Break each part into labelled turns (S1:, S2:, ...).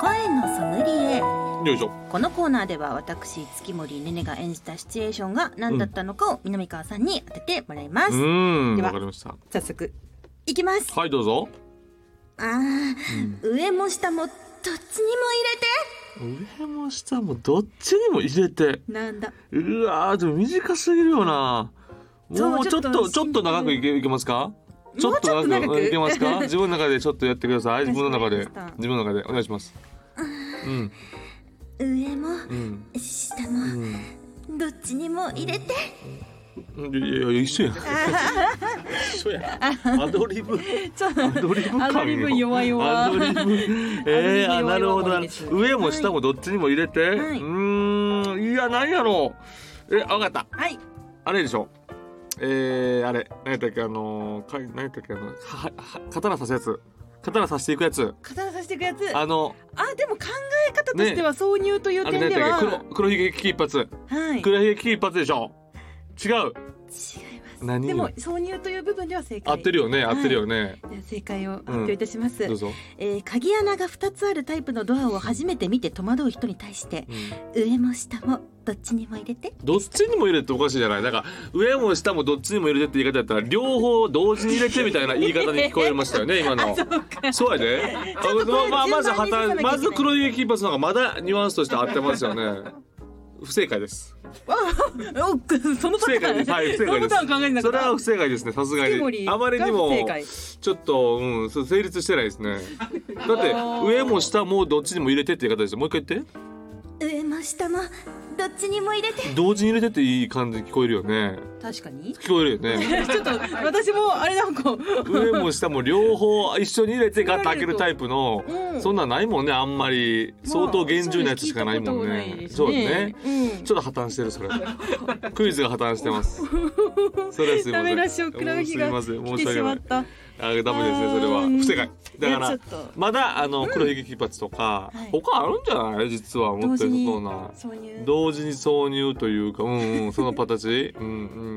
S1: ソムリエ
S2: よいしょ
S1: このコーナーでは私月森ねねが演じたシチュエーションが何だったのかを南川さんに当ててもらいます、
S2: うーん
S1: では
S2: わかりました
S1: 早速いきます
S2: はいどうぞ
S1: あー、上も下もどっちにも
S2: 上も下もどっちにも入れて
S1: 入れてなんだ
S2: うわーでも短すぎるよなも
S1: そう
S2: うち
S1: ちょ
S2: ょ
S1: っ
S2: っ
S1: と
S2: とちょっと長くいけいけますか
S1: うちょっと長く
S2: いけます か自分の中でちょっとやってください
S1: かし
S2: 自
S1: こ
S2: 分
S1: ま
S2: の
S1: りま
S2: 中
S1: した
S2: で自分の中でお願いしますうん
S1: 上も
S2: うん
S1: 下
S2: う
S1: も
S2: ん
S1: どっちにも入れて
S2: いやいやいや一 緒やん一緒やんアドリブ
S3: ちょっと
S2: アドリブ感よ
S3: アドリブ弱々
S2: アドリブえー、あ
S3: アドリブ弱々
S2: なるほどな
S3: 多いです
S2: 上も下もどっちにも入れて、
S1: はいう
S2: ーんいやなんやろうえわかった
S1: はい
S2: あれでしょえー、あれ何やったっけあのー、か何やったっけあのははは刀刺すやつ刀刺していくやつ
S3: 刀させていくやつあ
S2: あの
S3: でも考え方としては挿入という
S2: あれ
S3: 点
S2: 何
S3: で
S2: やった
S3: は、
S2: っけ黒黒ひげ危機一発
S3: はい
S2: 黒ひげ危機一発でしょ違
S3: 違
S2: う
S3: います
S2: 何
S3: でも挿入という部分では正解
S2: 合ってるよね合ってるよね、
S3: では正解を発表いたします、
S2: どうぞ、
S1: えー鍵穴が2つあるタイプのドアを初めて見て戸惑う人に対して
S2: うん
S1: 上も下もどっちにも入れて
S2: どっちにも入れておかしいじゃないなんか上も下もどっちにも入れてって言い方やったら両方同時に入れてみたいな言い方に聞こえました よね今の
S3: そうか
S2: そうやで
S1: とこれ
S2: あまあまず
S1: 順番に見せなきゃい
S2: 旗
S1: けない
S2: まず黒いキーパスの方がまだニュアンスとして合ってますよね不正解です
S3: おくその
S2: 不
S3: パ
S2: 正
S3: ター
S2: 解 です
S3: ン、
S2: はい不正
S3: そのパター
S2: 解で
S3: ン考えてな
S2: すそ
S3: かっ
S2: れ
S3: た
S2: は不正解ですねさすが
S3: 月森
S2: にあまりにも
S3: が不正解
S2: ちょっとうんそう成立してないですねだって上も下もどっちにも入れてって言い方ですよもう一回言って
S1: 上も下もどっちにも入れて
S2: 同時に入れてっていい感じに聞こえるよね
S3: 確かに
S2: 聞こえるよね
S3: ちょっと私もあれなんか
S2: 上も下も両方一緒に入れてガッと開けるタイプの、
S3: うん
S2: そんなんないもんねあんまり 相当厳重なやつしかないもん
S3: まあそう
S2: ね,、
S3: です
S2: そう
S3: 聞いたこと
S2: ね
S3: ないですねうん
S2: ちょっと破綻してる それクイズが破綻してますそれはすいません
S3: ダメ出しを食らう日が
S2: もうすいません
S3: 来
S2: 申
S3: て
S2: し
S3: し
S2: 訳
S3: ま
S2: な
S3: っ
S2: い
S3: た
S2: あダメですねそれは
S3: うん
S2: 不正解だか
S3: いや
S2: ら
S3: ちょっと
S2: まだあの黒ひげ金髪とか、
S3: はい
S2: 他あるんじゃない実は思
S3: 同
S2: っ
S3: 時
S2: てる
S3: に
S2: そうな
S3: 挿入
S2: 同時に挿入というかうんうんその形 うん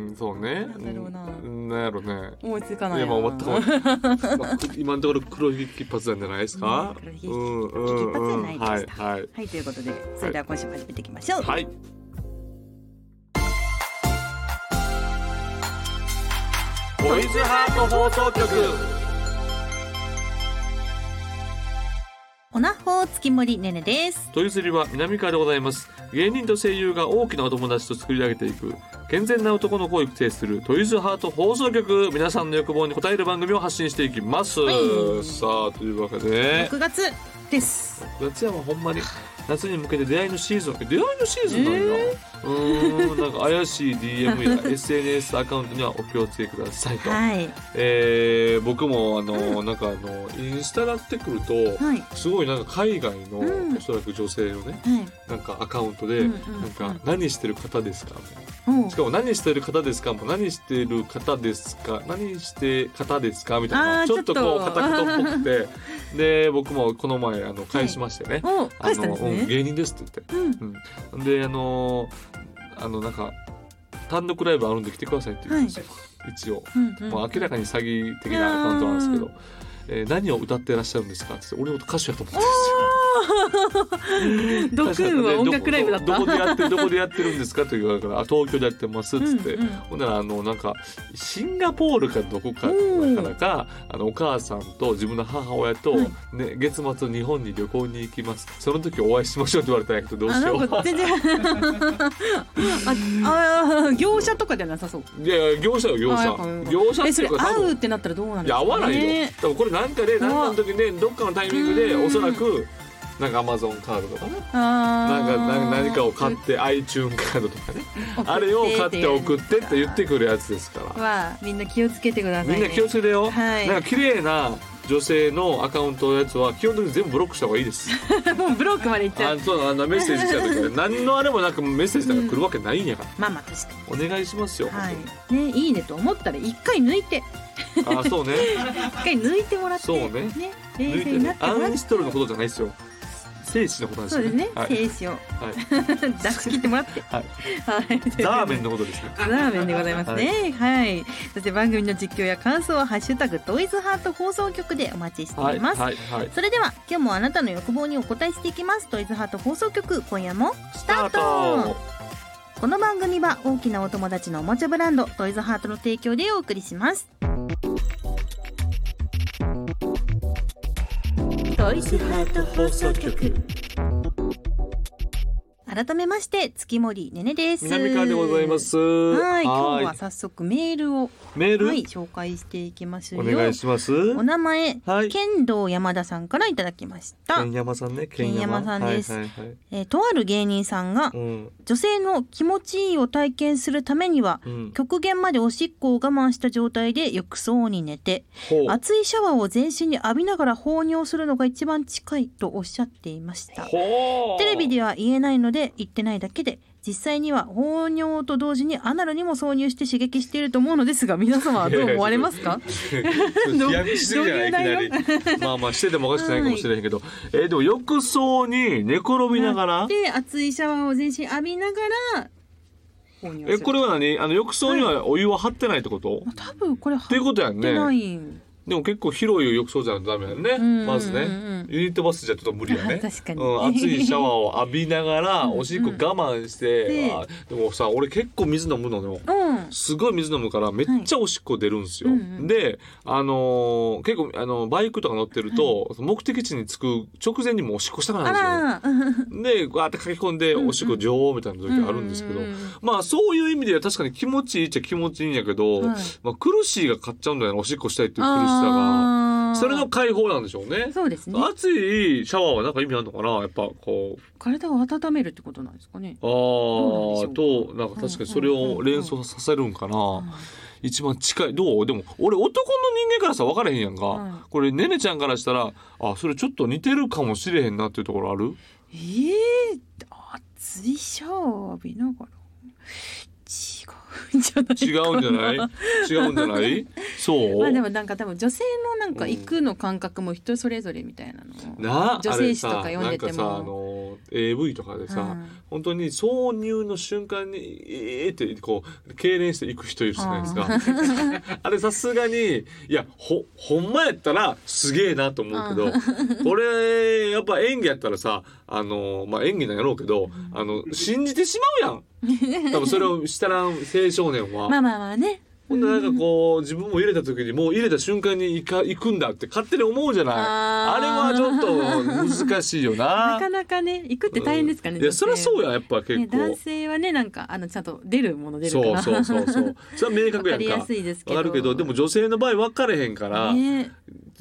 S2: うんそうね
S3: なんだろうな
S2: うんなんやろうね
S3: 思いつかない
S2: い
S3: な
S2: やまあ終わったわ、まあ、今のところ黒ひげ金髪なんじゃないですか。
S3: うん黒ひげ
S2: う
S3: 金
S2: ん
S3: 髪じゃないでした
S2: うんうんはいはい
S3: はいということでそれでは今週も始めていきましょう、
S2: はい。ボイズハート放送局。
S1: おなほ月森ねねです
S2: トイズリは南川でございます。芸人と声優が大きなお友達と作り上げていく健全な男の子を育成するトイズハート放送局皆さんの欲望に応える番組を発信していきます、
S1: はい
S2: さあというわけで
S1: 6月です
S2: 夏山ほんまに夏に向けて出会いのシーズンえ出会いのシーズンなんだ、うーんなんか怪しい DM や SNS アカウントにはお気をつけくださいと、
S1: はい
S2: えー僕もあの、なんかあのインスタになってくると、
S1: はい
S2: すごいなんか海外の、
S1: うん
S2: おそらく女性のね
S1: はい
S2: なんかアカウントで、
S1: うんうんうん
S2: なんか何してる方ですかみたいな
S1: うん
S2: しかも何してる方ですかも何してる方ですか何して方ですかみたい
S3: あ
S2: な
S3: ー
S2: ちょっとこう
S3: ちょっと
S2: カタカタっぽくてで僕もこの前あの返しましてね、
S3: お
S2: あ
S3: 返したん
S2: の、
S3: です
S2: う
S3: ね
S2: ん芸人ですって
S3: うん
S2: 言って、うん、であのーあのなんか単独ライブあるんで来てくださいって言うんですよ、一応、
S1: うんうん
S2: もう明らかに詐欺的なアカウントなんですけど、えー何を歌ってらっしゃるんですかって言って俺のこと歌手やと思って
S3: ドク
S2: るんですよ
S3: ーンは
S2: 歌手やと思って
S3: 音楽ライブだった
S2: どこどこでやってるどこでやってるんですかって言われたからあ東京でやってますっつって、
S3: うんうん
S2: ほんならあのなんかシンガポールかどこかだからかあのお母さんと自分の母親と、
S3: は
S2: ね月末日本に旅行に行きますその時お会いしましょうって言われたんやけどどう
S3: あ
S2: しよ
S3: なん
S2: う
S3: か。全然 ああ業者とかではなさそう
S2: いやいや業者よ業
S3: あや
S2: 者
S3: っぱうん
S2: 業者
S3: え
S2: っ
S3: そ
S2: て
S3: れ
S2: いうか多
S3: 合うっ
S2: 分
S3: てなったらどうなん
S2: い
S3: です
S2: や
S3: か、
S2: 合
S3: ね、
S2: わないよ多分これなんかで何かの時ねどっかのタイミングで
S3: うん
S2: おそらくなんかアマゾンカードとかね
S3: あ
S2: なん
S3: ー
S2: かな何かを買って iTune カードとかね
S3: 送って
S2: あれを買って送ってって言って
S3: く
S2: くるやつですから
S3: はみんな気をつけてください、ね、
S2: みんな気をつけてよ
S3: はい
S2: なんか綺麗な女性のアカウントのやつは基本的に全部ブロックした方がいいです
S3: もうブロックまでいっちゃ
S2: あ
S3: う
S2: そうあのメッセージ来た時は何のあれもなくメッセージなんか来るわけないんやか
S1: まあまあ確から
S2: お願いしますよ
S3: はいねいいねと思ったら一回抜いて
S2: あそ うね
S3: 一回抜いてもらって
S2: そうね
S3: 冷
S2: 抜い
S3: 静
S2: て
S3: になっ
S2: ね
S3: て
S2: ア
S3: もらっ
S2: ン
S3: て
S2: インストールのことじゃないですよ精子のことなんです
S3: そう
S2: よ
S3: ですね、
S2: はい
S3: 精子を
S2: はい
S3: 出し切ってもらって
S2: はい
S3: はい
S2: ラーメンのことですね。
S3: ラーメンでございますね。はい、そして番組の実況や感想はハッシュタグトイズハート放送局でお待ちして
S2: はい
S3: います。
S2: はいはい。
S1: それでは今日もあなたの欲望にお応えしていきますトイズハート放送局今夜も
S2: ス
S1: タートこの番組は大きなお友達のおもちゃブランドトイズハートの提供でお送りしますトイズハート放送局改めまして月森ねねです
S2: 南川でございます。
S1: はい今日
S2: は
S1: はい早速メールを
S2: メール、
S1: はい紹介していきますよ
S2: お願いします。
S1: お名前、
S2: はい
S1: 剣道山田さんからいただきました
S2: 剣、山さんね。
S1: 剣山さんです
S2: はいはいはい。
S1: えーとある芸人さんが
S2: うん
S1: 女性の気持ちいいを体験するためには
S2: うん。
S1: 極限までおしっこを我慢した状態で浴槽に寝て
S2: ほう
S1: 熱いシャワーを全身に浴びながら放尿するのが一番近いとおっしゃっていました
S2: ほう
S1: テレビでは言えないので言ってないだけで実際には放尿と同時にアナルにも挿入して刺激していると思うのですが皆様はどう思われます か
S2: 冷やしすぎじゃないいきなりまあまあしててもおかしくないかもしれへんけど、えーでも浴槽に寝転びながら
S3: で熱いシャワーを全身浴びながら購入する
S2: えこれは何あの浴槽にはお湯は張ってないってこと、っ
S3: 多分これ入
S2: ていうことやん
S3: ってな
S2: ね
S3: いん
S2: でも結構広い浴槽じゃないとダメやんね
S3: ん
S2: まず
S3: うん
S2: ね
S3: うん
S2: ユニットバスじゃちょっと無理やね
S3: 確かに
S2: うん、熱いシャワーを浴びながらおしっこ我慢して、
S3: で
S2: あでもさ俺結構水飲むのよ
S3: うん
S2: すごい水飲むからめっちゃおしっこ出るんですよ。
S3: はいうんうん
S2: で、あのー結構あのバイクとか乗ってると、目的地に着く直前にもうおしっこしたくな
S3: あ
S2: るんですよね。
S3: らー
S2: で、わーって駆け込んでおしっこ女王みたいな時あるんです けど、
S3: ううん
S2: まあそういう意味では確かに気持ちいいっちゃ気持ちいいんやけ
S3: は
S2: ど、
S3: い
S2: まあ苦しいが勝っちゃうんだよね、おしっこしたいっていう苦しさが。
S3: あー
S2: それの解放なんでしょうね。
S3: そうですね
S2: 熱いシャワーはなんか意味あるのかなやっぱこう
S3: 体を温めるってことなんですかね
S2: あ
S3: うなん
S2: ー
S3: でしょう
S2: となんか確かにそれを連想させるんかな、
S3: は
S2: 一番近いどうでも俺男の人間からさ分からへんやんか、
S3: は
S2: これねねちゃんからしたらあそれちょっと似てるかもしれへんなっていうところある
S3: いえー、熱いシャワーを浴びながら違うんじゃないかな
S2: 違う んじゃない違うんじゃないそう、
S3: まあでもなんか多分女性のなんか行くの感覚も人それぞれみたいなのを
S2: な
S3: 女性誌とか読んでても
S2: あれさなんかさあの AV とかでさ、
S3: うん
S2: 本当に挿入の瞬間にえーってこう痙攣していく人いるじゃないですか あれさすがにいやほほんまやったらすげえなと思 うけどこれやっぱ演技やったらさあのまあ演技なんやろうけどあの信じてしまうやん多分それをしたらん青少年は。
S3: まあまあまあね
S2: ほんでなんかこう自分も入れた時にもう入れた瞬間に行か行くんだって勝手に思うじゃないあ
S3: あー
S2: れはちょっと難しいよな
S3: なかなかね行くって大変ですかね、
S2: うんいやそりゃそううややっぱ結
S3: ね
S2: 構、
S3: 男性はねなんかあのちゃんと出るもの出るか
S2: そう
S3: ら
S2: そうそうそう それは明確
S3: わ
S2: や
S3: かりや
S2: んか
S3: すいですけ
S2: わ
S3: ど
S2: かるけどでも女性の場合分かれへんから、
S3: ね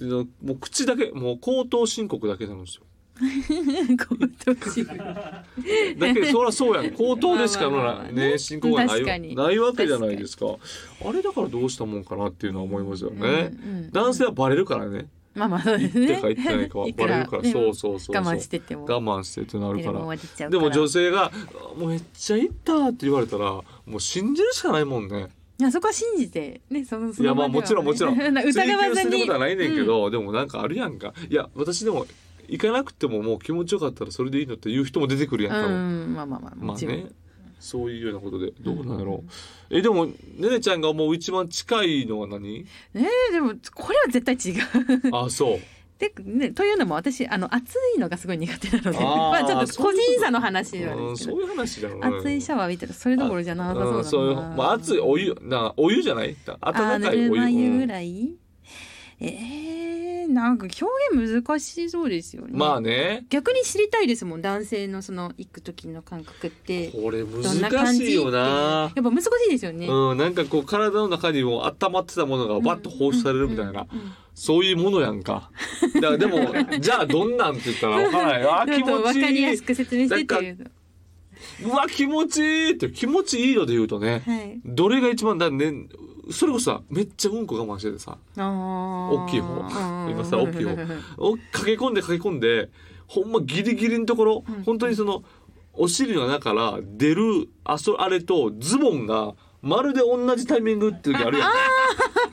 S2: もう口だけもう口頭申告だけなんですよ
S3: こうどうしよう
S2: だけどそりゃそうや ん口頭でしか
S3: まあまあまあ
S2: のね申告がない
S3: 確かに
S2: ないわけじゃないですかあれだからどうしたもんかなっていうのは思いますよね、
S3: うんうん
S2: 男性はバレるからね
S3: まあまあそうですね
S2: 言ってか言ってないかはバレるから
S3: いく
S2: そ
S3: ね
S2: うそうそうそう
S3: 我慢してても
S2: 我慢してってなる
S3: 出
S2: か
S3: るもん
S2: ら
S3: は出ちゃうか
S2: で
S3: ら
S2: も女性が「もうめっちゃ行った」って言われたらもう信じるしかないもんね
S3: いやそこは信じてねそのそ
S2: いや
S3: の
S2: まあ
S3: 場ではね
S2: もちろんもち ろん
S3: 疑わず
S2: 追求する
S3: に
S2: ことはないねんけど、でもなんかあるやんかいや私でも行かなくてももう気持ちよかったらそれでいいのって言う人も出てくるやん
S3: う
S2: か、
S3: んまあまあまあ
S2: ま
S3: も
S2: あ
S3: ちろん、
S2: ねそういうようなことでどうなんやろう、えでもねねちゃんが思う一番近いのは 何
S3: ねえでもこれは絶対違う。
S2: あそう
S3: でね、というのも私あの暑いのがすごい苦手なので
S2: あ ー
S3: まあちょっと個人差の話は
S2: うん
S3: ですけど
S2: そういう話だろうね
S3: 暑いシャワー浴びたらそれどころじゃなさ
S2: うん
S3: そ
S2: そう
S3: う
S2: い
S3: だ
S2: う
S3: な、
S2: まあ熱いお湯なお湯じゃない
S3: あー
S2: 温か
S3: ぬ
S2: い
S3: る
S2: お湯
S3: ま湯
S2: うん
S3: ぐらい、えー、なんか表現難しそうですよね、
S2: まあね
S3: 逆に知りたいですもん男性のその行く時の感覚って
S2: これ
S3: どんな感
S2: 難
S3: じって
S2: しい
S3: いう
S2: よ
S3: や
S2: な
S3: っぱ難しいですよね、
S2: うん、なんかこう体の中にも温まってたものがバッと放出されるみたいな、
S3: うんうんうん
S2: そういうものやんか。だから でもじゃあどんなんって言ったら分からない。あ ー
S3: ち
S2: 気
S3: ょっと分
S2: 持ち
S3: かり
S2: い
S3: や
S2: い
S3: す。く説明してっていうの
S2: うわ気持ちいいって気持ちいいので言うとね、
S3: はい
S2: どれが一番だねそれこそさめっちゃうんこ我慢しててさ、
S3: 大
S2: 大きい方今さ大きい方
S3: 方
S2: お駆け込んで駆け込んでほんまギリギリのところ、
S3: うん
S2: 本当にそのお尻の中から出 るあそあれとズボンがまるで同じタイミングっていう時あるやん。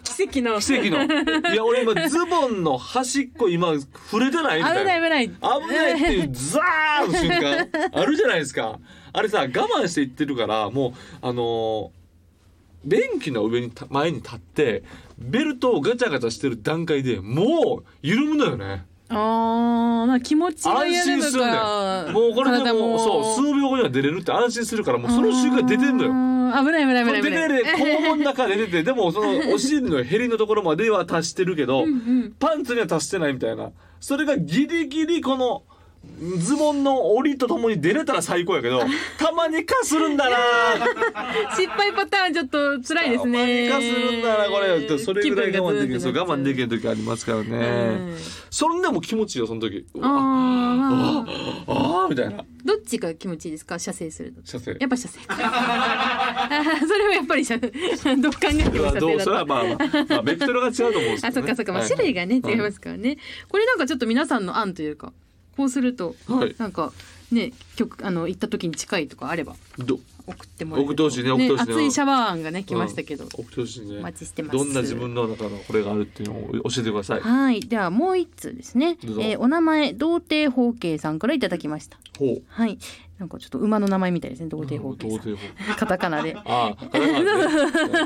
S3: 奇跡の
S2: 奇跡のいや俺今ズボンの端っこ今触れてないみ
S3: 危
S2: た
S3: な
S2: いない
S3: 危ない
S2: 危ないっていうザーの瞬間あるじゃないですかあれさ我慢していってるからもうあのー便器の上にた前に立ってベルトをガチャガチャしてる段階でもう緩むのよね
S3: あーまあ気持ちが嫌なの
S2: 安心するんだ
S3: か
S2: もうこれで
S3: 体
S2: もうそう数秒後には出れるって安心するからもうその瞬間出てんのよ
S3: よ危ない危ない
S2: こ
S3: 危な
S2: れ
S3: い
S2: で
S3: 危
S2: ね
S3: ない
S2: ね肛門の中で出ててでもそのお尻のへりのところまでは達してるけど
S3: うんうん
S2: パンツには達してないみたいなそれがギリギリこのズボンの折りとともに出れたら最高や けどたまにかするんだな
S3: 失敗パターンちょっと辛いですね
S2: たまにかするんだなこれそれぐらい我慢できるそう我慢でき
S3: る
S2: る時ありますからね、そんでも気持ちいいよその時う
S3: あー、
S2: わ
S3: まあ、
S2: ああーみたいな
S3: どっちが気持ちいいですか射精すると
S2: 射精
S3: やっぱ射精 あーそれはやっぱり射どう考えて
S2: それ
S3: も
S2: は
S3: 射
S2: ど
S3: 精
S2: う
S3: だ
S2: それは
S3: と
S2: まあまあ、まあ、ベクトルが違うと思うんですけ
S3: あそっ
S2: ど、ね、
S3: かそっか、まあ、
S2: はい
S3: 種類がね違いますからね、これなんかちょっと皆さんの案というかこうすると
S2: はい
S3: なんかね曲あの行った時に近いとかあれば
S2: ど
S3: 送ってもらえる
S2: 送ってほしいね送ってほしいね
S3: 熱いシャワー案がね来ましたけど、
S2: 送ってほしいね
S3: お待ちしてます
S2: どんな自分の中のこれがあるっていうのを教えてください
S1: はい、ではもう一通ですね。え
S2: どうぞ
S1: ーお名前童貞宝慶さんからいただきました。
S2: ほう
S1: はい、なんかちょっと馬の名前みたいですね。童貞宝慶さん。
S2: 童貞法
S1: カタカナで。
S2: ああ、ね、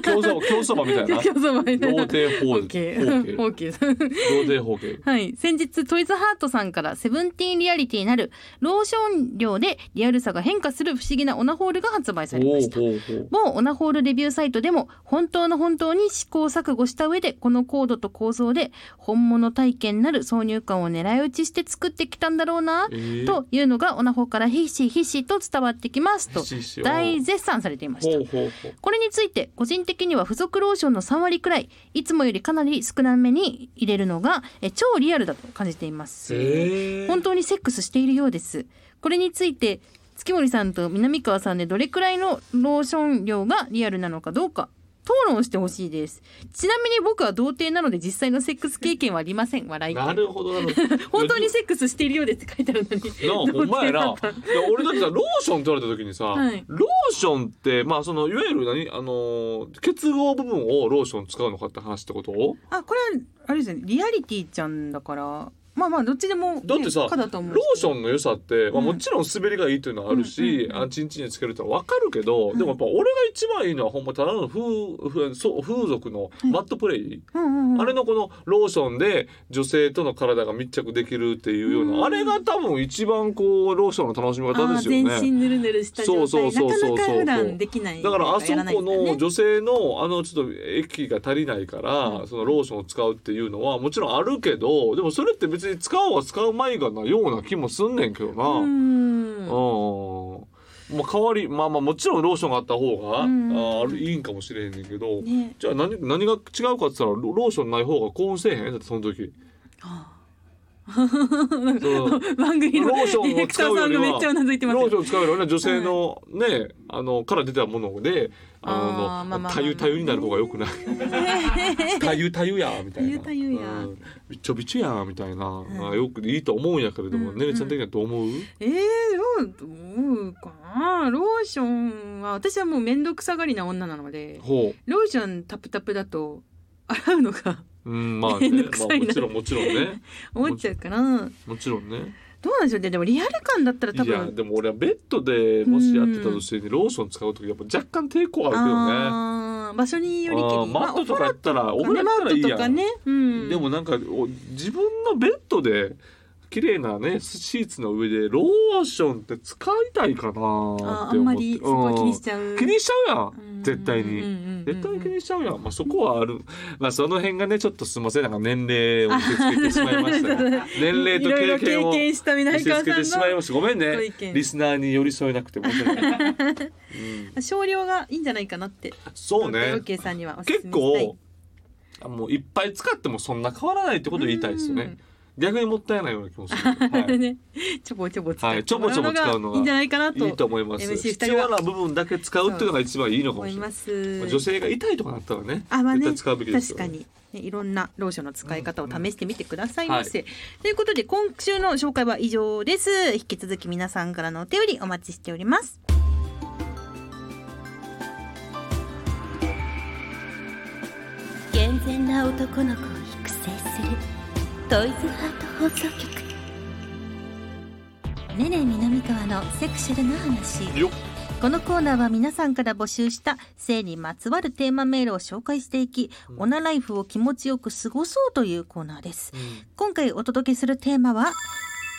S2: 競争競争馬 みたい な
S3: 競争前
S2: 童貞法
S3: オ
S2: ー
S3: ーケ
S2: ー
S3: ー
S2: 童
S3: オーケー
S2: 貞法ー
S1: はい、先日トイズハートさんからセブンティーンリアリティなるローション量でリアルさが変化する不思議なオナホールが発売されました。
S2: ほうほう
S1: 某オナホールレビューサイトでも本当の本当に試行錯誤した上でこの高度と構造で本物体験なる挿入感を狙い撃ちして作ってきたんだろうな
S2: えー
S1: というのがオナホからひしひしと伝わってきますと
S2: ひしひし
S1: 大絶賛されていまし
S2: ほ
S1: た
S2: うほうほう
S1: これについて個人的には付属ローションの3割くらいいつもよりかなり少なめに入れるのがえ超リアルだと感じています、
S2: えー
S1: 本当にセックスしているようですこれについて月森さんと南川さんでどれくらいのローション量がリアルなのかどうか討論してほしいですちなみに僕は童貞なので実際のセックス経験はありません笑い
S2: なるほどなるほど
S1: 本当にセックスしているようですって書いてあるのに
S2: なあほんまやなで俺だってさローションって言われた時にさ、
S3: はい
S2: ローションってまあそのいわゆる何あのー結合部分をローション使うのかって話ってこと
S3: あこれはあれですねリアリティちゃんだからまあまあどっちでも、ね、
S2: だってさ
S3: 可だと思う
S2: ローションの良さって、まあ、
S3: うん
S2: もちろん滑りがいいというのはあるし、
S3: うんうんうん
S2: あちんちんにつけるとは分かるけど、でもやっぱ俺が一番いいのはほんまただの風風そう風俗のマットプレイ、
S3: うんうんうん
S2: あれのこのローションで女性との体が密着できるっていうような、
S3: うん
S2: あれが多分一番こうローションの楽しみ方ですよ
S3: あー
S2: ね。
S3: 全身ぬるぬるした状態
S2: そうそうそうそうそ
S3: なか
S2: う
S3: なか普段できない
S2: だからあそ
S3: やらないで
S2: こ
S3: すから
S2: の
S3: ね
S2: 女性のあのちょっと液が足りないから、そのローションを使うっていうのはもちろんあるけどでもそれって別に使うは使うまいがなような気もすんねんけどな。
S3: うん
S2: うん。まあ、代わり、まあまあ、もちろんローションがあった方が、
S3: うん
S2: あーいいんかもしれへんねんけど。
S3: ね
S2: じゃあ何何が違うかって言ったらロローションない方が興奮せえへんだってその時
S3: あ
S2: そのロ
S3: 番組の
S2: ローションを
S3: ディレクターさんがめっちゃうなずいてます
S2: ーション使うよりは女性のね、あのから出たものであの
S3: あーまあまあ
S2: たゆたゆになる方がよくない たゆたゆやみたいな
S3: たゆたゆや
S2: うんびっちょびちょやみたいな、あよくいいと思うんやけれども、
S3: うん
S2: ねねるちゃん的にはどう思う、
S3: えー、どう思うかなローションは私はもう面倒くさがりな女なので
S2: ほ
S3: ローションタプタプだと洗うのが
S2: ううんま あ、
S3: めん
S2: ね
S3: ど
S2: ま
S3: く
S2: あ
S3: さいな
S2: もちろんもちろん ね
S3: 思っちゃうから
S2: もちろんね
S3: どうなんでしょうねでもリアル感だったら多
S2: いや
S3: 分
S2: でも俺はベッドでもしやってたとしてローション使う時やっぱ若干抵抗あるけどね
S3: あー場所によりけ
S2: あー
S3: り
S2: マットとかやったらお
S3: お
S2: 風呂
S3: 風呂マ
S2: やったらい
S3: ッ
S2: い
S3: ト
S2: や
S3: とか
S2: ん、
S3: ね、うん、
S2: でもなんかお自分のベッドで綺麗なねシーツの上でローションって使いたいかなって思って
S3: あーあんまりそこは気にしちゃう、
S2: うん気にしちゃうや
S3: うん
S2: ん絶対に。
S3: うんうんうんうん
S2: 絶対気にしちゃうやん、まあ、そこはある、まあ、その辺がねちょっとすみませんなんか年齢を見せつけてしまいましたが年齢と
S3: いろい
S2: 経
S3: ろ
S2: 験
S3: 経
S2: を
S3: 験した
S2: 見
S3: 南
S2: せ
S3: 川
S2: つけてし
S3: さ
S2: まい
S3: ん
S2: ましたごめんね
S3: ご意見
S2: リスナーに寄り添えなくて申し訳ない、うん
S3: の少量がいいんじゃないかなって
S2: そう
S3: ロ
S2: ね
S3: ッケーさんにはおすす
S2: 結
S3: めしたい
S2: 構あもういっぱい使ってもそんな変わらないってことを言いたいですよ
S3: うんうん
S2: ね逆にもったいないような気もするけど、はい
S3: ね、 ちょぼちょぼ使
S2: はいちょぼちょぼ使うのが
S3: いいんじゃないかなと
S2: いいと思います
S3: MC 二
S2: 必
S3: 人は
S2: 要な部分だけ使うっていうのが一番いいの
S3: 思
S2: かも
S3: い
S2: しれない
S3: ます。
S2: 女性が痛いとかなったらね
S3: あまあ
S2: 絶
S3: ね
S2: 対使うべきです
S3: 確
S2: よ
S3: か
S2: ね
S3: に、ね、いろんなローションの使い方を試してみてくださいませ。ということで今週の紹介は以上です。引き続き皆さんからのお手りお待ちしております。
S1: 現
S4: 善な男の子を育成するトイズハート放送局ねね南川のセクシャルな話
S2: よっ
S3: このコーナーは皆さんから募集した性にまつわるテーマメールを紹介していき、
S2: うん
S3: オナライフを気持ちよく過ごそうというコーナーです。今回お届けするテーマは、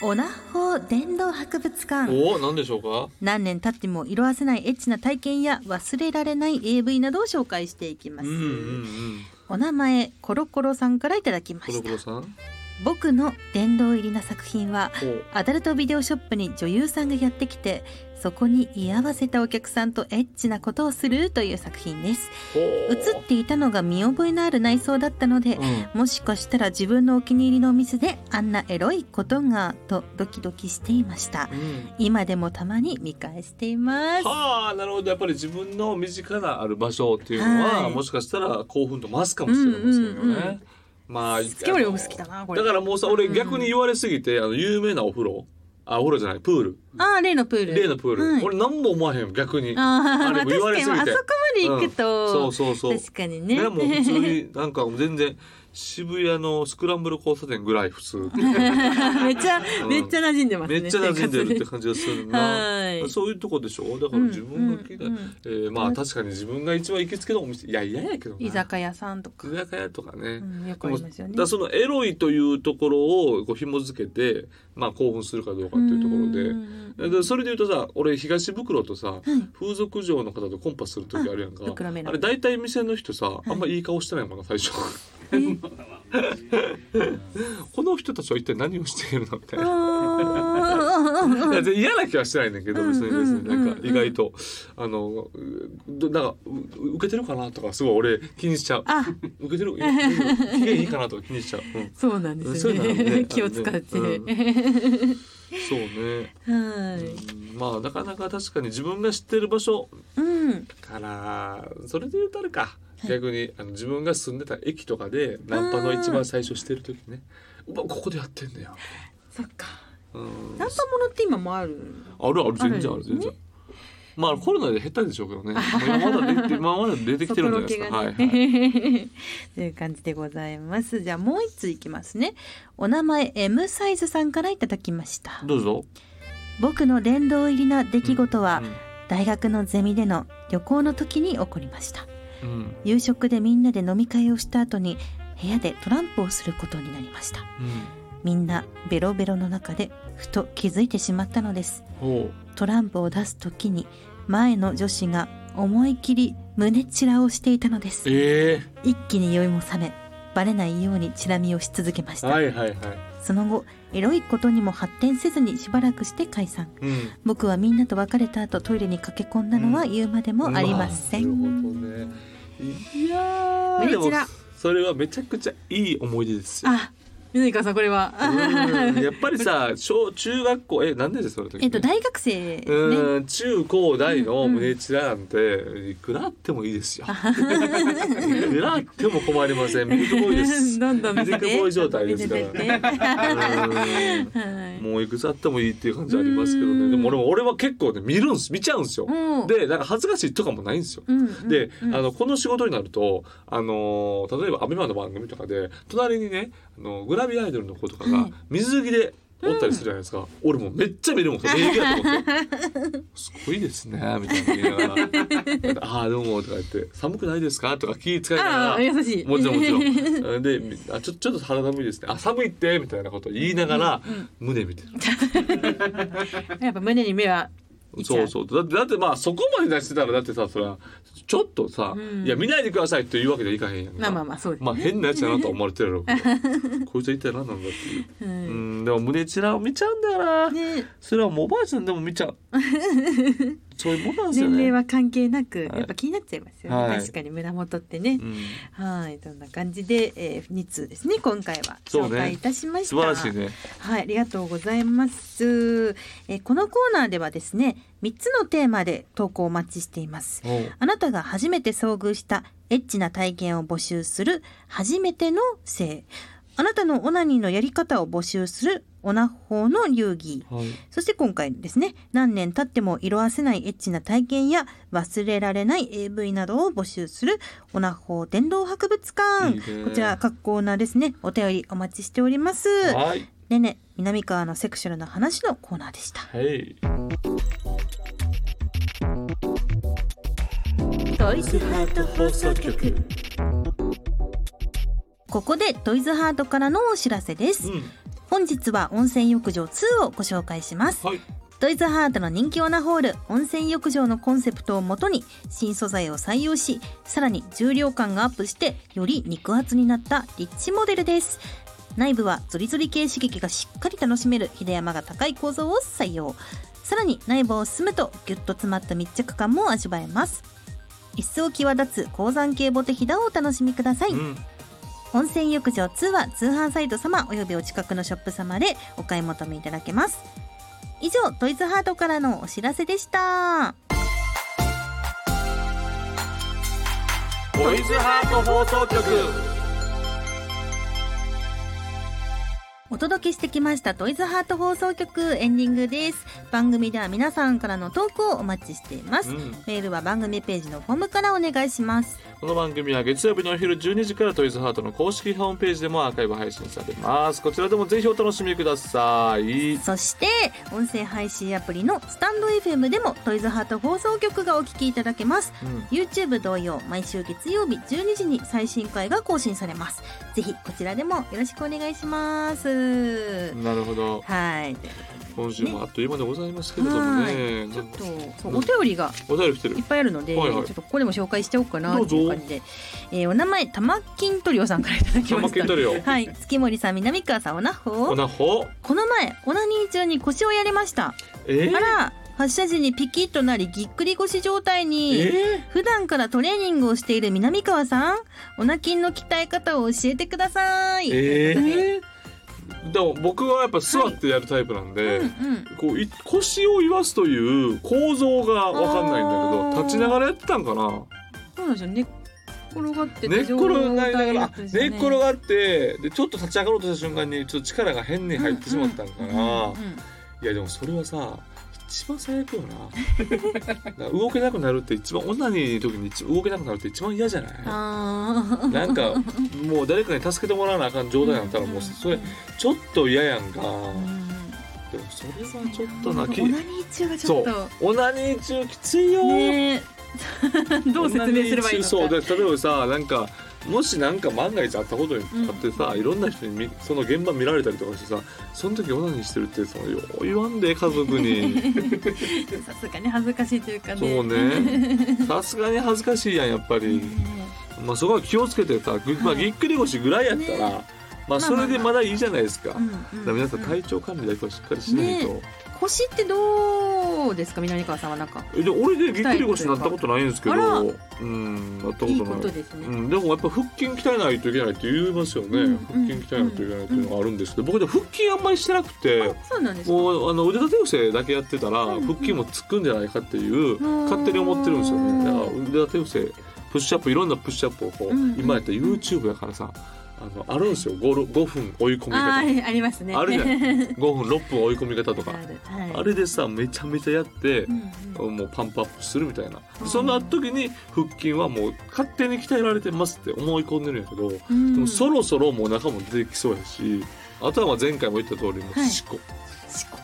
S3: オナホ伝道博物館。
S2: おお何でしょうか
S3: 何年経っても色褪せないエッチな体験や忘れられない AV などを紹介していきま
S2: うん
S3: す。
S2: うんうん
S3: お名前、コロコロさんからいただきま
S2: コ
S3: し
S2: ロコ
S3: た
S2: ロ。さん
S3: 僕の殿堂入りな作品は、
S2: お
S3: アダルトビデオショップに女優さんがやってきてそこに居合わせたお客さんとエッチなことをするという作品です
S2: ほ
S3: 映っていたのが見覚えのある内装だったので
S2: う、ん
S3: もしかしたら自分のお気に入りのお店であんなエロいことがとドキドキしていました
S2: うん
S3: 今でもたまに見返しています
S2: はあなるほどやっぱり自分の身近なある場所っていうのは、
S3: はい
S2: もしかしたら興奮と増すかもしれません
S3: う
S2: よね、
S3: んうんうん
S2: まあ
S3: 月森僕好きだなこれ
S2: だからもうさ俺逆に言われすぎて、あの有名なお風呂あお風呂じゃないプール
S3: ああ例のプール
S2: 例のプール、
S3: はい
S2: 俺何も思わへん逆に
S3: あ
S2: あ
S3: ーま
S2: れ
S3: あ
S2: も言
S3: 確
S2: わ
S3: かに
S2: れすぎて
S3: あそこまで行くと、
S2: うんそうそうそう
S3: 確かにね
S2: ねもう普通になんか全然渋谷のスクランブル交差点ぐらい普通
S3: めっちゃ、
S2: うん
S3: めっちゃ馴染んでます
S2: め
S3: ね。
S2: っちゃ馴染んでるって
S3: 生活
S2: 感じがする
S3: に。
S2: な
S3: はい。
S2: そういうとこでしょだから自分が聞いた、
S3: うんうんうん
S2: えーまあ確かに自分が一番行きつけのお店いやいややけどな
S3: 居酒屋さんとか
S2: 居、酒屋とかね、
S3: うんよくありますよ
S2: だ
S3: ね
S2: か。らそのエロいというところをこう紐付けて、まあ、興奮するかどうかっていうところで。
S3: ろ
S2: でそれで言うとさ俺東袋とさ、風俗嬢の方とコンパする時あるやんか
S3: あ袋麺の
S2: あれ大体店の人さあんまいい顔してないもんな最初 この人たちは一体何をしているのみたいな。いや嫌な気はしてないねんだけど
S3: うん
S2: 別に別になん
S3: うん
S2: か
S3: うん
S2: 意外とあのうなんかう受けてるかなとかすごい俺気にしちゃう
S3: あ、
S2: 受 けてるいや機嫌いいかなとか気にしちゃう、うん
S3: そうなんです
S2: そう
S3: よ
S2: いう のあるね
S3: ね。気を使って。
S2: う
S3: は
S2: んそうね、
S3: い。
S2: うんまあなかなか確かに自分が知ってる場所
S3: うん。
S2: からそれで言うとあるか、逆にあの自分が住んでた駅とかでナンパの一番最初してる時ねうわここでやってんだよ、
S3: そっか。
S2: うん、
S3: ナンパものって今もある。
S2: あるある全然ある全然。まあコロナで減ったんでしょうけどね。まあまだ出てまあまだ出てきてるんじゃ ないですか。はいはい。
S3: い。という感じでございます。じゃあもう一ついきますね。お名前 M サイズさんからいただきました。
S2: どうぞ。
S3: 僕の殿堂入りな出来事は、
S2: う
S3: 大学のゼミでの旅行の時に起こりました
S2: んうん
S3: 夕食でみんなで飲み会をした後に部屋でトランプをすることになりましたみんなベロベロの中でふと気づいてしまったのです
S2: うん。おう
S3: トランプを出す時に前の女子が思い切り胸チラをしていたのです
S2: え
S3: 一気に酔いも覚めバレないようにチラ見をし続けまし
S2: え
S3: た、
S2: はいはいはい。
S3: その後エロいことにも発展せずにしばらくして解散
S2: うん。
S3: 僕はみんなと別れた後トイレに駆け込んだのは言うまでもありません、
S2: あなるほどね。いやー。
S3: めち
S2: でも
S3: ら
S2: それはめちゃくちゃいい思い出ですよ。
S3: あ、南川さんこれは。
S2: うん やっぱりさ小中学校え何年生その時？
S3: えっと大学生ね。
S2: うん中高大の胸チラなんていくらあってもいいですよ。いくらあっても困りません。ミルクボーイ で す。
S3: どんどん見せて
S2: ミルクボーイ状態ですから
S3: 見せてって
S2: うんもういくつあってもいいっていう感じありますけど
S3: うん
S2: ね。でも俺も俺は結構ね見るんす見ちゃうんですよ。
S3: うん
S2: でなんか恥ずかしいとかもないんですよ。
S3: うんうん
S2: で、
S3: うん
S2: あのこの仕事になると、あのー例えばアベマの番組とかで隣にね、あのグラビアアイドルの子とか
S3: は
S2: が
S3: い
S2: 水着でおったりするじゃないですか。俺もうめっちゃ見るも ん。平気だと思って。すごいですねみたいな言いながら。 ああどうもとか言って寒くないですかとか気遣いなが
S3: あ
S2: ら
S3: ー。優しい。
S2: もちろんもちろん。で、あちょちょっと肌寒いですね。あ寒いってみたいなことを言いながら、胸見てる。
S3: やっぱ胸に目は。いちゃ
S2: そううそうだってだってまあそこまで出してたらだってさそれはちょっとさ、
S3: うん
S2: いや見ないでくださいっていうわけにはいかへんやんか
S3: まあまあまあそうです。
S2: まあ変なやつだなとは思われてるやろうけ どこいつは一体何なんだって
S3: う
S2: いう、うんんでも胸ちらを見ちゃうんだよな、
S3: ね
S2: それはもうおばあちゃんでも 見ちゃうそういうもんなんですよ
S3: 年
S2: ね
S3: 齢は関係なく、
S2: はい
S3: やっぱ気になっちゃいますよね。
S2: はい
S3: 確かに胸元ってね
S2: う。ん、
S3: はい、そんな感じで、えー、二通ですね。今回は
S2: そう
S3: 紹
S2: ね
S3: 介いたしました。
S2: 素晴らしいね
S3: はい、ありがとうございます。えーこのコーナーではですね、3つのテーマで投稿をお待ちしています。
S2: おう
S3: あなたが初めて遭遇したエッチな体験を募集する初めての性。あなたのオナニーのやり方を募集するオオナホの流儀
S2: はい。
S3: そして今回ですね何年経っても色あせないエッチな体験や忘れられない AV などを募集するオナホ伝道博物館
S2: いいね
S3: こちら各コーナーですねお便りお待ちしております
S2: はい。
S3: ねね南川のセクシュアルな話のコーナーでした
S2: はい。
S4: トイズハート放送局
S3: ここでトイズハートからのお知らせです
S2: うん。
S3: 本日は温泉浴場2をご紹介します
S2: はい。
S3: トイズハートの人気オナホール温泉浴場のコンセプトをもとに新素材を採用しさらに重量感がアップしてより肉厚になったリッチモデルです内部はゾリゾリ系刺激がしっかり楽しめる秀山が高い構造を採用さらに内部を進むとギュッと詰まった密着感も味わえます一層際立つ鉱山系ボテヒダをお楽しみください、
S2: うん。
S3: 温泉浴場2は通販サイト様およびお近くのショップ様でお買い求めいただけます以上トイズハートからのお知らせでした
S2: ボイズハート放送局。
S3: お届けしてきましたトイズハート放送局エンディングです番組では皆さんからの投稿をお待ちしています、
S2: うん。
S3: メールは番組ページのフォームからお願いします
S2: この番組は月曜日のお昼12時からトイズハートの公式ホームページでもアーカイブ配信されます。こちらでもぜひお楽しみください。
S3: そして音声配信アプリのスタンド FM でもトイズハート放送局がお聞きいただけます
S2: うん。
S3: YouTube 同様毎週月曜日12時に最新回が更新されますぜひこちらでもよろしくお願いします
S2: なるほど。
S3: はい
S2: 今週もあっという間でございますけれどもね。
S1: ちょっとそう
S2: うん
S1: お便りが
S2: お便り来てる
S1: いっ。ぱいあるので、
S2: はいはい
S1: ちょっとここでも紹介しておうかなって
S2: ど
S1: いうう
S2: ぞ
S1: 感じで、えーお名前玉金トリオさんからいただきま
S2: 玉
S1: した
S2: 金トリオ
S1: はい
S3: 月森さん南川さんおなほ
S2: オナホ。
S3: この前オナニー中に腰をやりました
S2: えー
S3: あら発射時にピキッとなりぎっくり腰状態
S2: え
S3: に
S2: ー
S3: 普段からトレーニングをしている南川さんオナ筋の鍛え方を教えてください
S2: えーでも僕はやっぱ座ってやるタイプなんで、
S3: うんうん
S2: こうい腰を言わすという構造が分かんないんだ
S1: あ
S2: け
S1: ー
S2: ど立ちながらやってたんかな
S1: そうなんですよ寝っ転がって
S2: 寝っ転がりながらあ
S1: 寝
S2: 寝っ転がってでちょっと立ち上がろうとした瞬間にちょっと力が変に入ってしまったんかな、いやでもそれはさ一番最悪よな な動けなくなるって一番女に時に一動けなくなるって一番嫌じゃない
S3: あー
S2: なんかもう誰かに助けてもらわなあかん状態になったらもうそれちょっと嫌やんか、でもそれはちょっとなき
S1: オナニー中がちょっと
S2: オナニー中きついよ、
S1: ねえ どう説明すればいいのか
S2: そうで例えばさなんかもしなんか万が一あったことにあってさ、いろんな人にみその現場見られたりとかしてさその時オナニーしてるってそのよう言わんで家族 に
S1: さすがに恥ずかしいというかね
S2: そうねさすがに恥ずかしいやんやっぱり、まあ、そこは気をつけてさぎ,、まあ、ぎっくり腰ぐらいやったら、まあそれでまだいいじゃないですか,、
S3: うんうん
S2: だから皆さん体調管理だけはしっかりしないと、
S1: ね腰ってどうですか南川さんはなんか
S2: えで俺でぎっくり腰になったことないんですけど
S1: あら
S2: うんなったことない
S1: いいことですね、
S2: うん、でもやっぱ腹筋鍛えないといけないって言いますよね、
S1: うん
S2: 腹筋鍛えないといけないっていうのがあるんですけど、僕でも腹筋あんまりしてなくて
S1: あそうなんですか
S2: もうあの腕立て伏せだけやってたら
S1: うん
S2: 腹筋もつくんじゃないかっていう
S1: うん
S2: 勝手に思ってるんですよねだから
S1: う
S2: 腕立て伏せプッシュアップいろんなプッシュアップをこう、
S1: うん
S2: 今やったら YouTube やからさあのあるんですよ 5, 5分追い込み
S1: あ
S2: 方
S1: ーありますね
S2: あるじゃな
S1: あ る
S2: 5分6分追い込み方とか
S1: はい
S2: あれでさめちゃめちゃやって
S1: う、んうん
S2: もうパンプアップするみたいな
S1: うん
S2: その時に腹筋はもう勝手に鍛えられてますって思い込んでるんやけど、
S1: うん
S2: でもそろそろもう中も出てきそうやしあとはまあ前回も言った通りもう
S1: はい
S2: しこ、
S1: しこ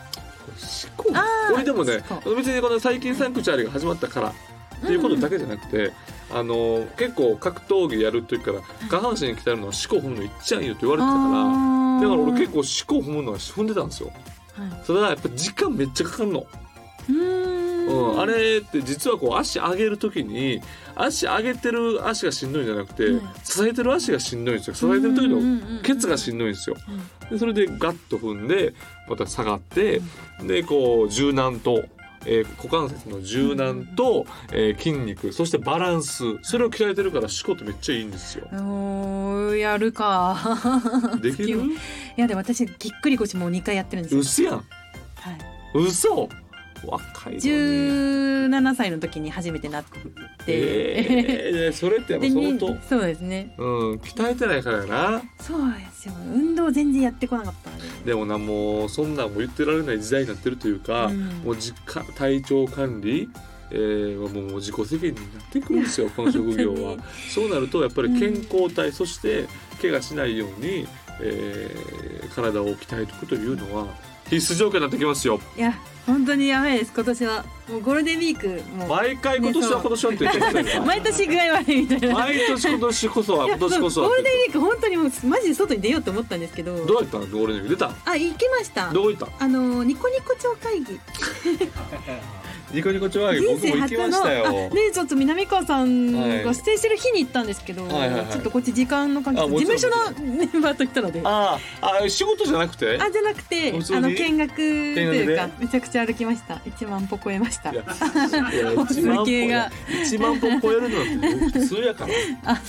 S2: しこ
S1: あー
S2: 俺でもね
S1: しこ
S2: 別にこの最近サンクチュアリが始まったからっていうことだけじゃなくて、あのー結構格闘技やる時から下半身に鍛えるのはしこ踏むのいっちゃいよって言われてたから
S1: あー
S2: だから俺結構しこ踏むのは踏んでたんですよ
S1: は
S2: ただやっぱ時間めっちゃかかるの
S1: いうーん
S2: うん、あれって実はこう足上げるときに足上げてる足がしんどいんじゃなくて、
S1: うん
S2: 支えてる足がしんどいんですよ支えてる時
S1: うん
S2: の
S1: うんうんうん
S2: ケツがしんどいんですよでそれでガッと踏んでまた下がって、でこう柔軟と、えー股関節の柔軟と、えー筋肉そしてバランスそれを鍛えてるからしこってめっちゃいいんで すよ
S1: うーんやるか
S2: できる
S1: 好
S2: う
S1: いやでも私ぎっくり腰もう2回やってるんですよ
S2: っすやん
S1: はい
S2: 嘘若いのに
S3: 17歳の時に初めてなって、
S2: えー、それってやっぱ
S3: で
S2: 相
S3: に
S2: 当
S3: そうですね
S2: うん鍛えてないからやな
S3: そうですよ運動全然やってこなかったので
S2: でもなもうそんなんも言ってられない時代になってるというか、
S3: うん
S2: もう実家体調管理えー、はもうもう自己責任になってくるん ですよこの職業は
S3: 本当に
S2: そうなるとやっぱり
S3: うん
S2: 健康体、そして怪我しないように、えー体を鍛えていくというのは必須条件になってきますよ
S3: いや本当にやばいです今年はもうゴールデンウィークも
S2: 毎回今年は今年はって言ってますよ
S3: 毎年具合悪いみたいな
S2: 毎年今年こ そは今年こそ
S3: いや
S2: は
S3: ゴール
S2: っ
S3: デン
S2: て
S3: ウィーク本当にもうマジで外に出ようと思ったんですけど
S2: どうやったのゴールデンウィーク出た
S3: あ行きました
S2: どこ行った
S3: あのニコニコ超会議
S2: ニコニコ調和
S3: 人生初のあねちょっと南川さん
S2: はい
S3: が指定してる日に行ったんですけど、
S2: はいはいはい
S3: ちょっとこっち時間の関
S2: あ
S3: 係
S2: も
S3: 事
S2: ちろん
S3: 務所のメンバーと行ったのであ
S2: あああ仕事じゃなくて
S3: じゃなくて
S2: 普通に
S3: あの見学というか
S2: 見学
S3: めちゃくちゃ歩きました1万歩超えました
S2: いやいや
S3: 歩数
S2: 1万歩
S3: 計
S2: や
S3: が
S2: 1万歩超えるのなんて普通やから
S3: あ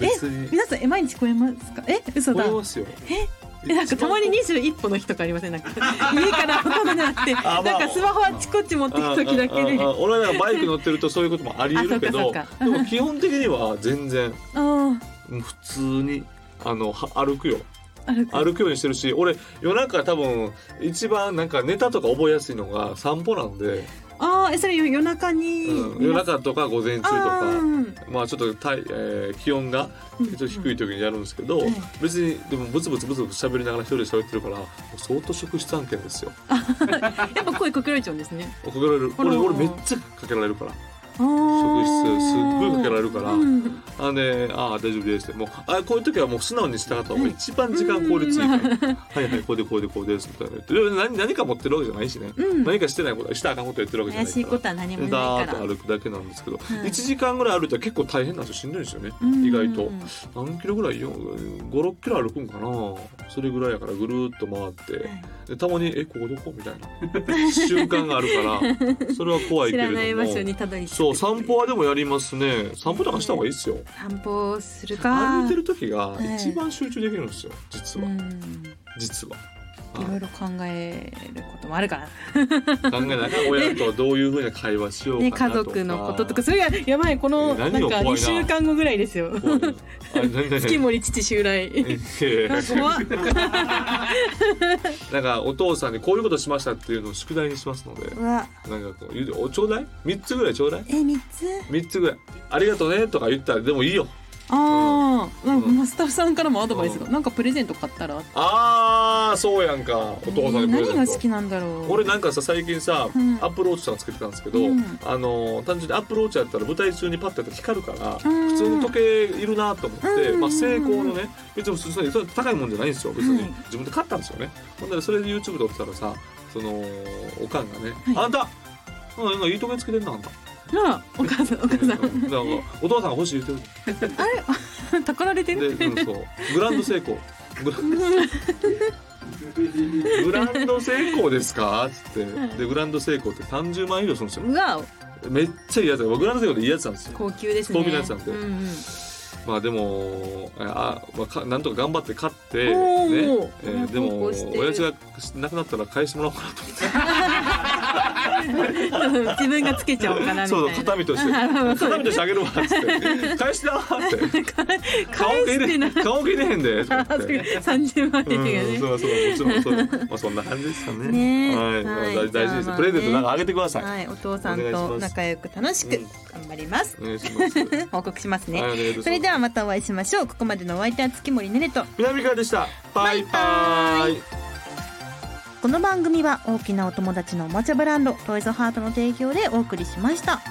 S2: 別に
S3: 皆さんえ毎日超えますかえ嘘
S2: 超
S3: だ
S2: えますよ
S3: えなんかたまに21歩の日とかありませんなん か家からほとんどなくて
S2: まあ
S3: なんかスマホあっちこっち持ってく時だけで
S2: ああああ俺らがバイク乗ってるとそういうこともありえるけど
S3: あそうかそう
S2: でも基本的には全然
S3: あ
S2: うん普通にあのは歩くよ
S3: あ歩く
S2: 歩くようにしてるし俺夜中多分一番なんかネタとか覚えやすいのが散歩なんで、
S3: あーえそれ夜夜中に、
S2: うん、夜中とか午前中と
S3: あ
S2: か
S3: ーうん
S2: まあちょっと体、えー気温が
S3: うん
S2: ちょっと低い時にやるんですけど、
S3: うんはい
S2: 別にでもブツブツブツブツ喋りながら一人で喋ってるからもう相当職質案件ですよ。
S3: やっぱ声かけられちゃうんですね
S2: かけられる
S3: あら
S2: 俺俺めっちゃかけられるから
S3: 職
S2: 職質すっごいかけられるから、
S3: うん、
S2: あでああ大丈夫ですってもうあこういう時はもう素直に従った方が一番時間効率いいから、はいはいこうでこうでこうですみたいな言ってで何何か持ってるわけじゃないしね、
S3: うん
S2: 何かしてないことしたらあかんこと言ってるわけじゃない
S3: 怪
S2: か
S3: し
S2: ら
S3: いことは何もな
S2: だ
S3: い
S2: ー
S3: から
S2: っと歩くだけなんですけど、
S3: はい
S2: 一1時間ぐらい歩いたら結構大変なんですよしんどいんですよね、
S3: うん
S2: 意外と。何キロぐらい56キロ歩くんかなそれぐらいやからぐるーっと回ってでたまに「えここどこ?」みたいな 習慣があるからそれは怖い
S3: 知
S2: けれ
S3: ら
S2: ども
S3: ない場所にたどり着く
S2: そう散歩はでもやりますね散歩とかした方がいいですよ
S3: 散歩するか
S2: 歩いてる時が
S3: はい
S2: 一番集中できるんですよ実は、
S3: うん
S2: 実は。
S3: いろ
S2: はい
S3: ろ考えることもあるから
S2: い考えながら親とどういうふうな会話しよう
S3: ね家
S2: かなとか、
S3: 族のこととかそれがやばいこの
S2: え
S3: なん
S2: 何
S3: か
S2: が怖いな
S3: 2週間後ぐらいですよ
S2: 怖いなあれ何何
S3: 月
S2: 何
S3: 森父襲来
S2: え
S3: あ怖っ
S2: なんかお父さんにこういうことしましたっていうのを宿題にしますので
S3: うわ
S2: なんかこう言うておちょうだい三つぐらいちょうだい
S3: え三つ
S2: 三つぐらいありがとうねとか言ったらでもいいよ
S3: ああ、なんか
S2: うん
S3: まあスタッフさんからもアドバイスが、
S2: う
S3: なんかプレゼント買ったら
S2: あーそうやんかお父さんにプレゼント
S3: 何が好きなんだろう
S2: 俺なんかさ最近さ、
S3: うん
S2: アップローチさんつけてたんですけど、
S3: うん
S2: あの単純にアップローチやったら舞台中にパッとやったら光るから
S3: うん
S2: 普通に時計いるなと思って、
S3: うん
S2: まあ、成功のね別に普通にそれ高いもんじゃないんですよ別に、
S3: はい
S2: 自分で買ったんですよねほんならそれで YouTube 撮ってたらさそのおかんがね「
S3: はい
S2: あんたなんか今いい時計つけてんなあんた」
S3: あお母さんお 母さ
S2: うんなんかお父さんが欲しい言って
S3: んたかられて
S2: る
S3: る
S2: で、うん、そうグランド成功グラングランド成功ですか?」っつってでグランド成功って30万以上するんですよ
S3: うわ
S2: めっちゃいいやつだ僕らの世界でいいやつなんですよ
S3: 高級ですね
S2: 高級なやつなんで
S3: うんうん
S2: まあでもあ、まあ、かなんとか頑張って勝って、
S3: お
S2: ね
S3: ー
S2: えーで
S3: 高
S2: も
S3: 校してる
S2: 親父が亡くなったら返してもらおうかなと思って
S3: 自分がつけちゃおうかなみたい
S2: そう
S3: な。
S2: 肩身として
S3: あ そう
S2: 肩身としてあげるわっつって返してなーって 顔
S3: 返
S2: 受け
S3: してな
S2: れ
S3: い。
S2: 顔受けれへんでと か言って。
S3: 三十万円
S2: う
S3: と
S2: ん、
S3: かね。
S2: そうそう、もちろん、そう、まあ、そんな感じですかね。
S3: ねえ
S2: はい、
S3: はい
S2: 大大事です
S3: じゃあまあ
S2: よ。
S3: ね
S2: プレゼントなんかあげてください。
S3: はい、お父さんと仲良く楽しく頑張ります。
S2: お願いし ます。はい、
S3: 報告します
S2: お
S3: ね。
S2: 願いします
S5: それではまたお会いしましょうここまでのお相手は月森ねねと
S2: 南川でした。バイバイ。
S5: この番組は大きなお友達のおもちゃブランドトイズハートの提供でお送りしました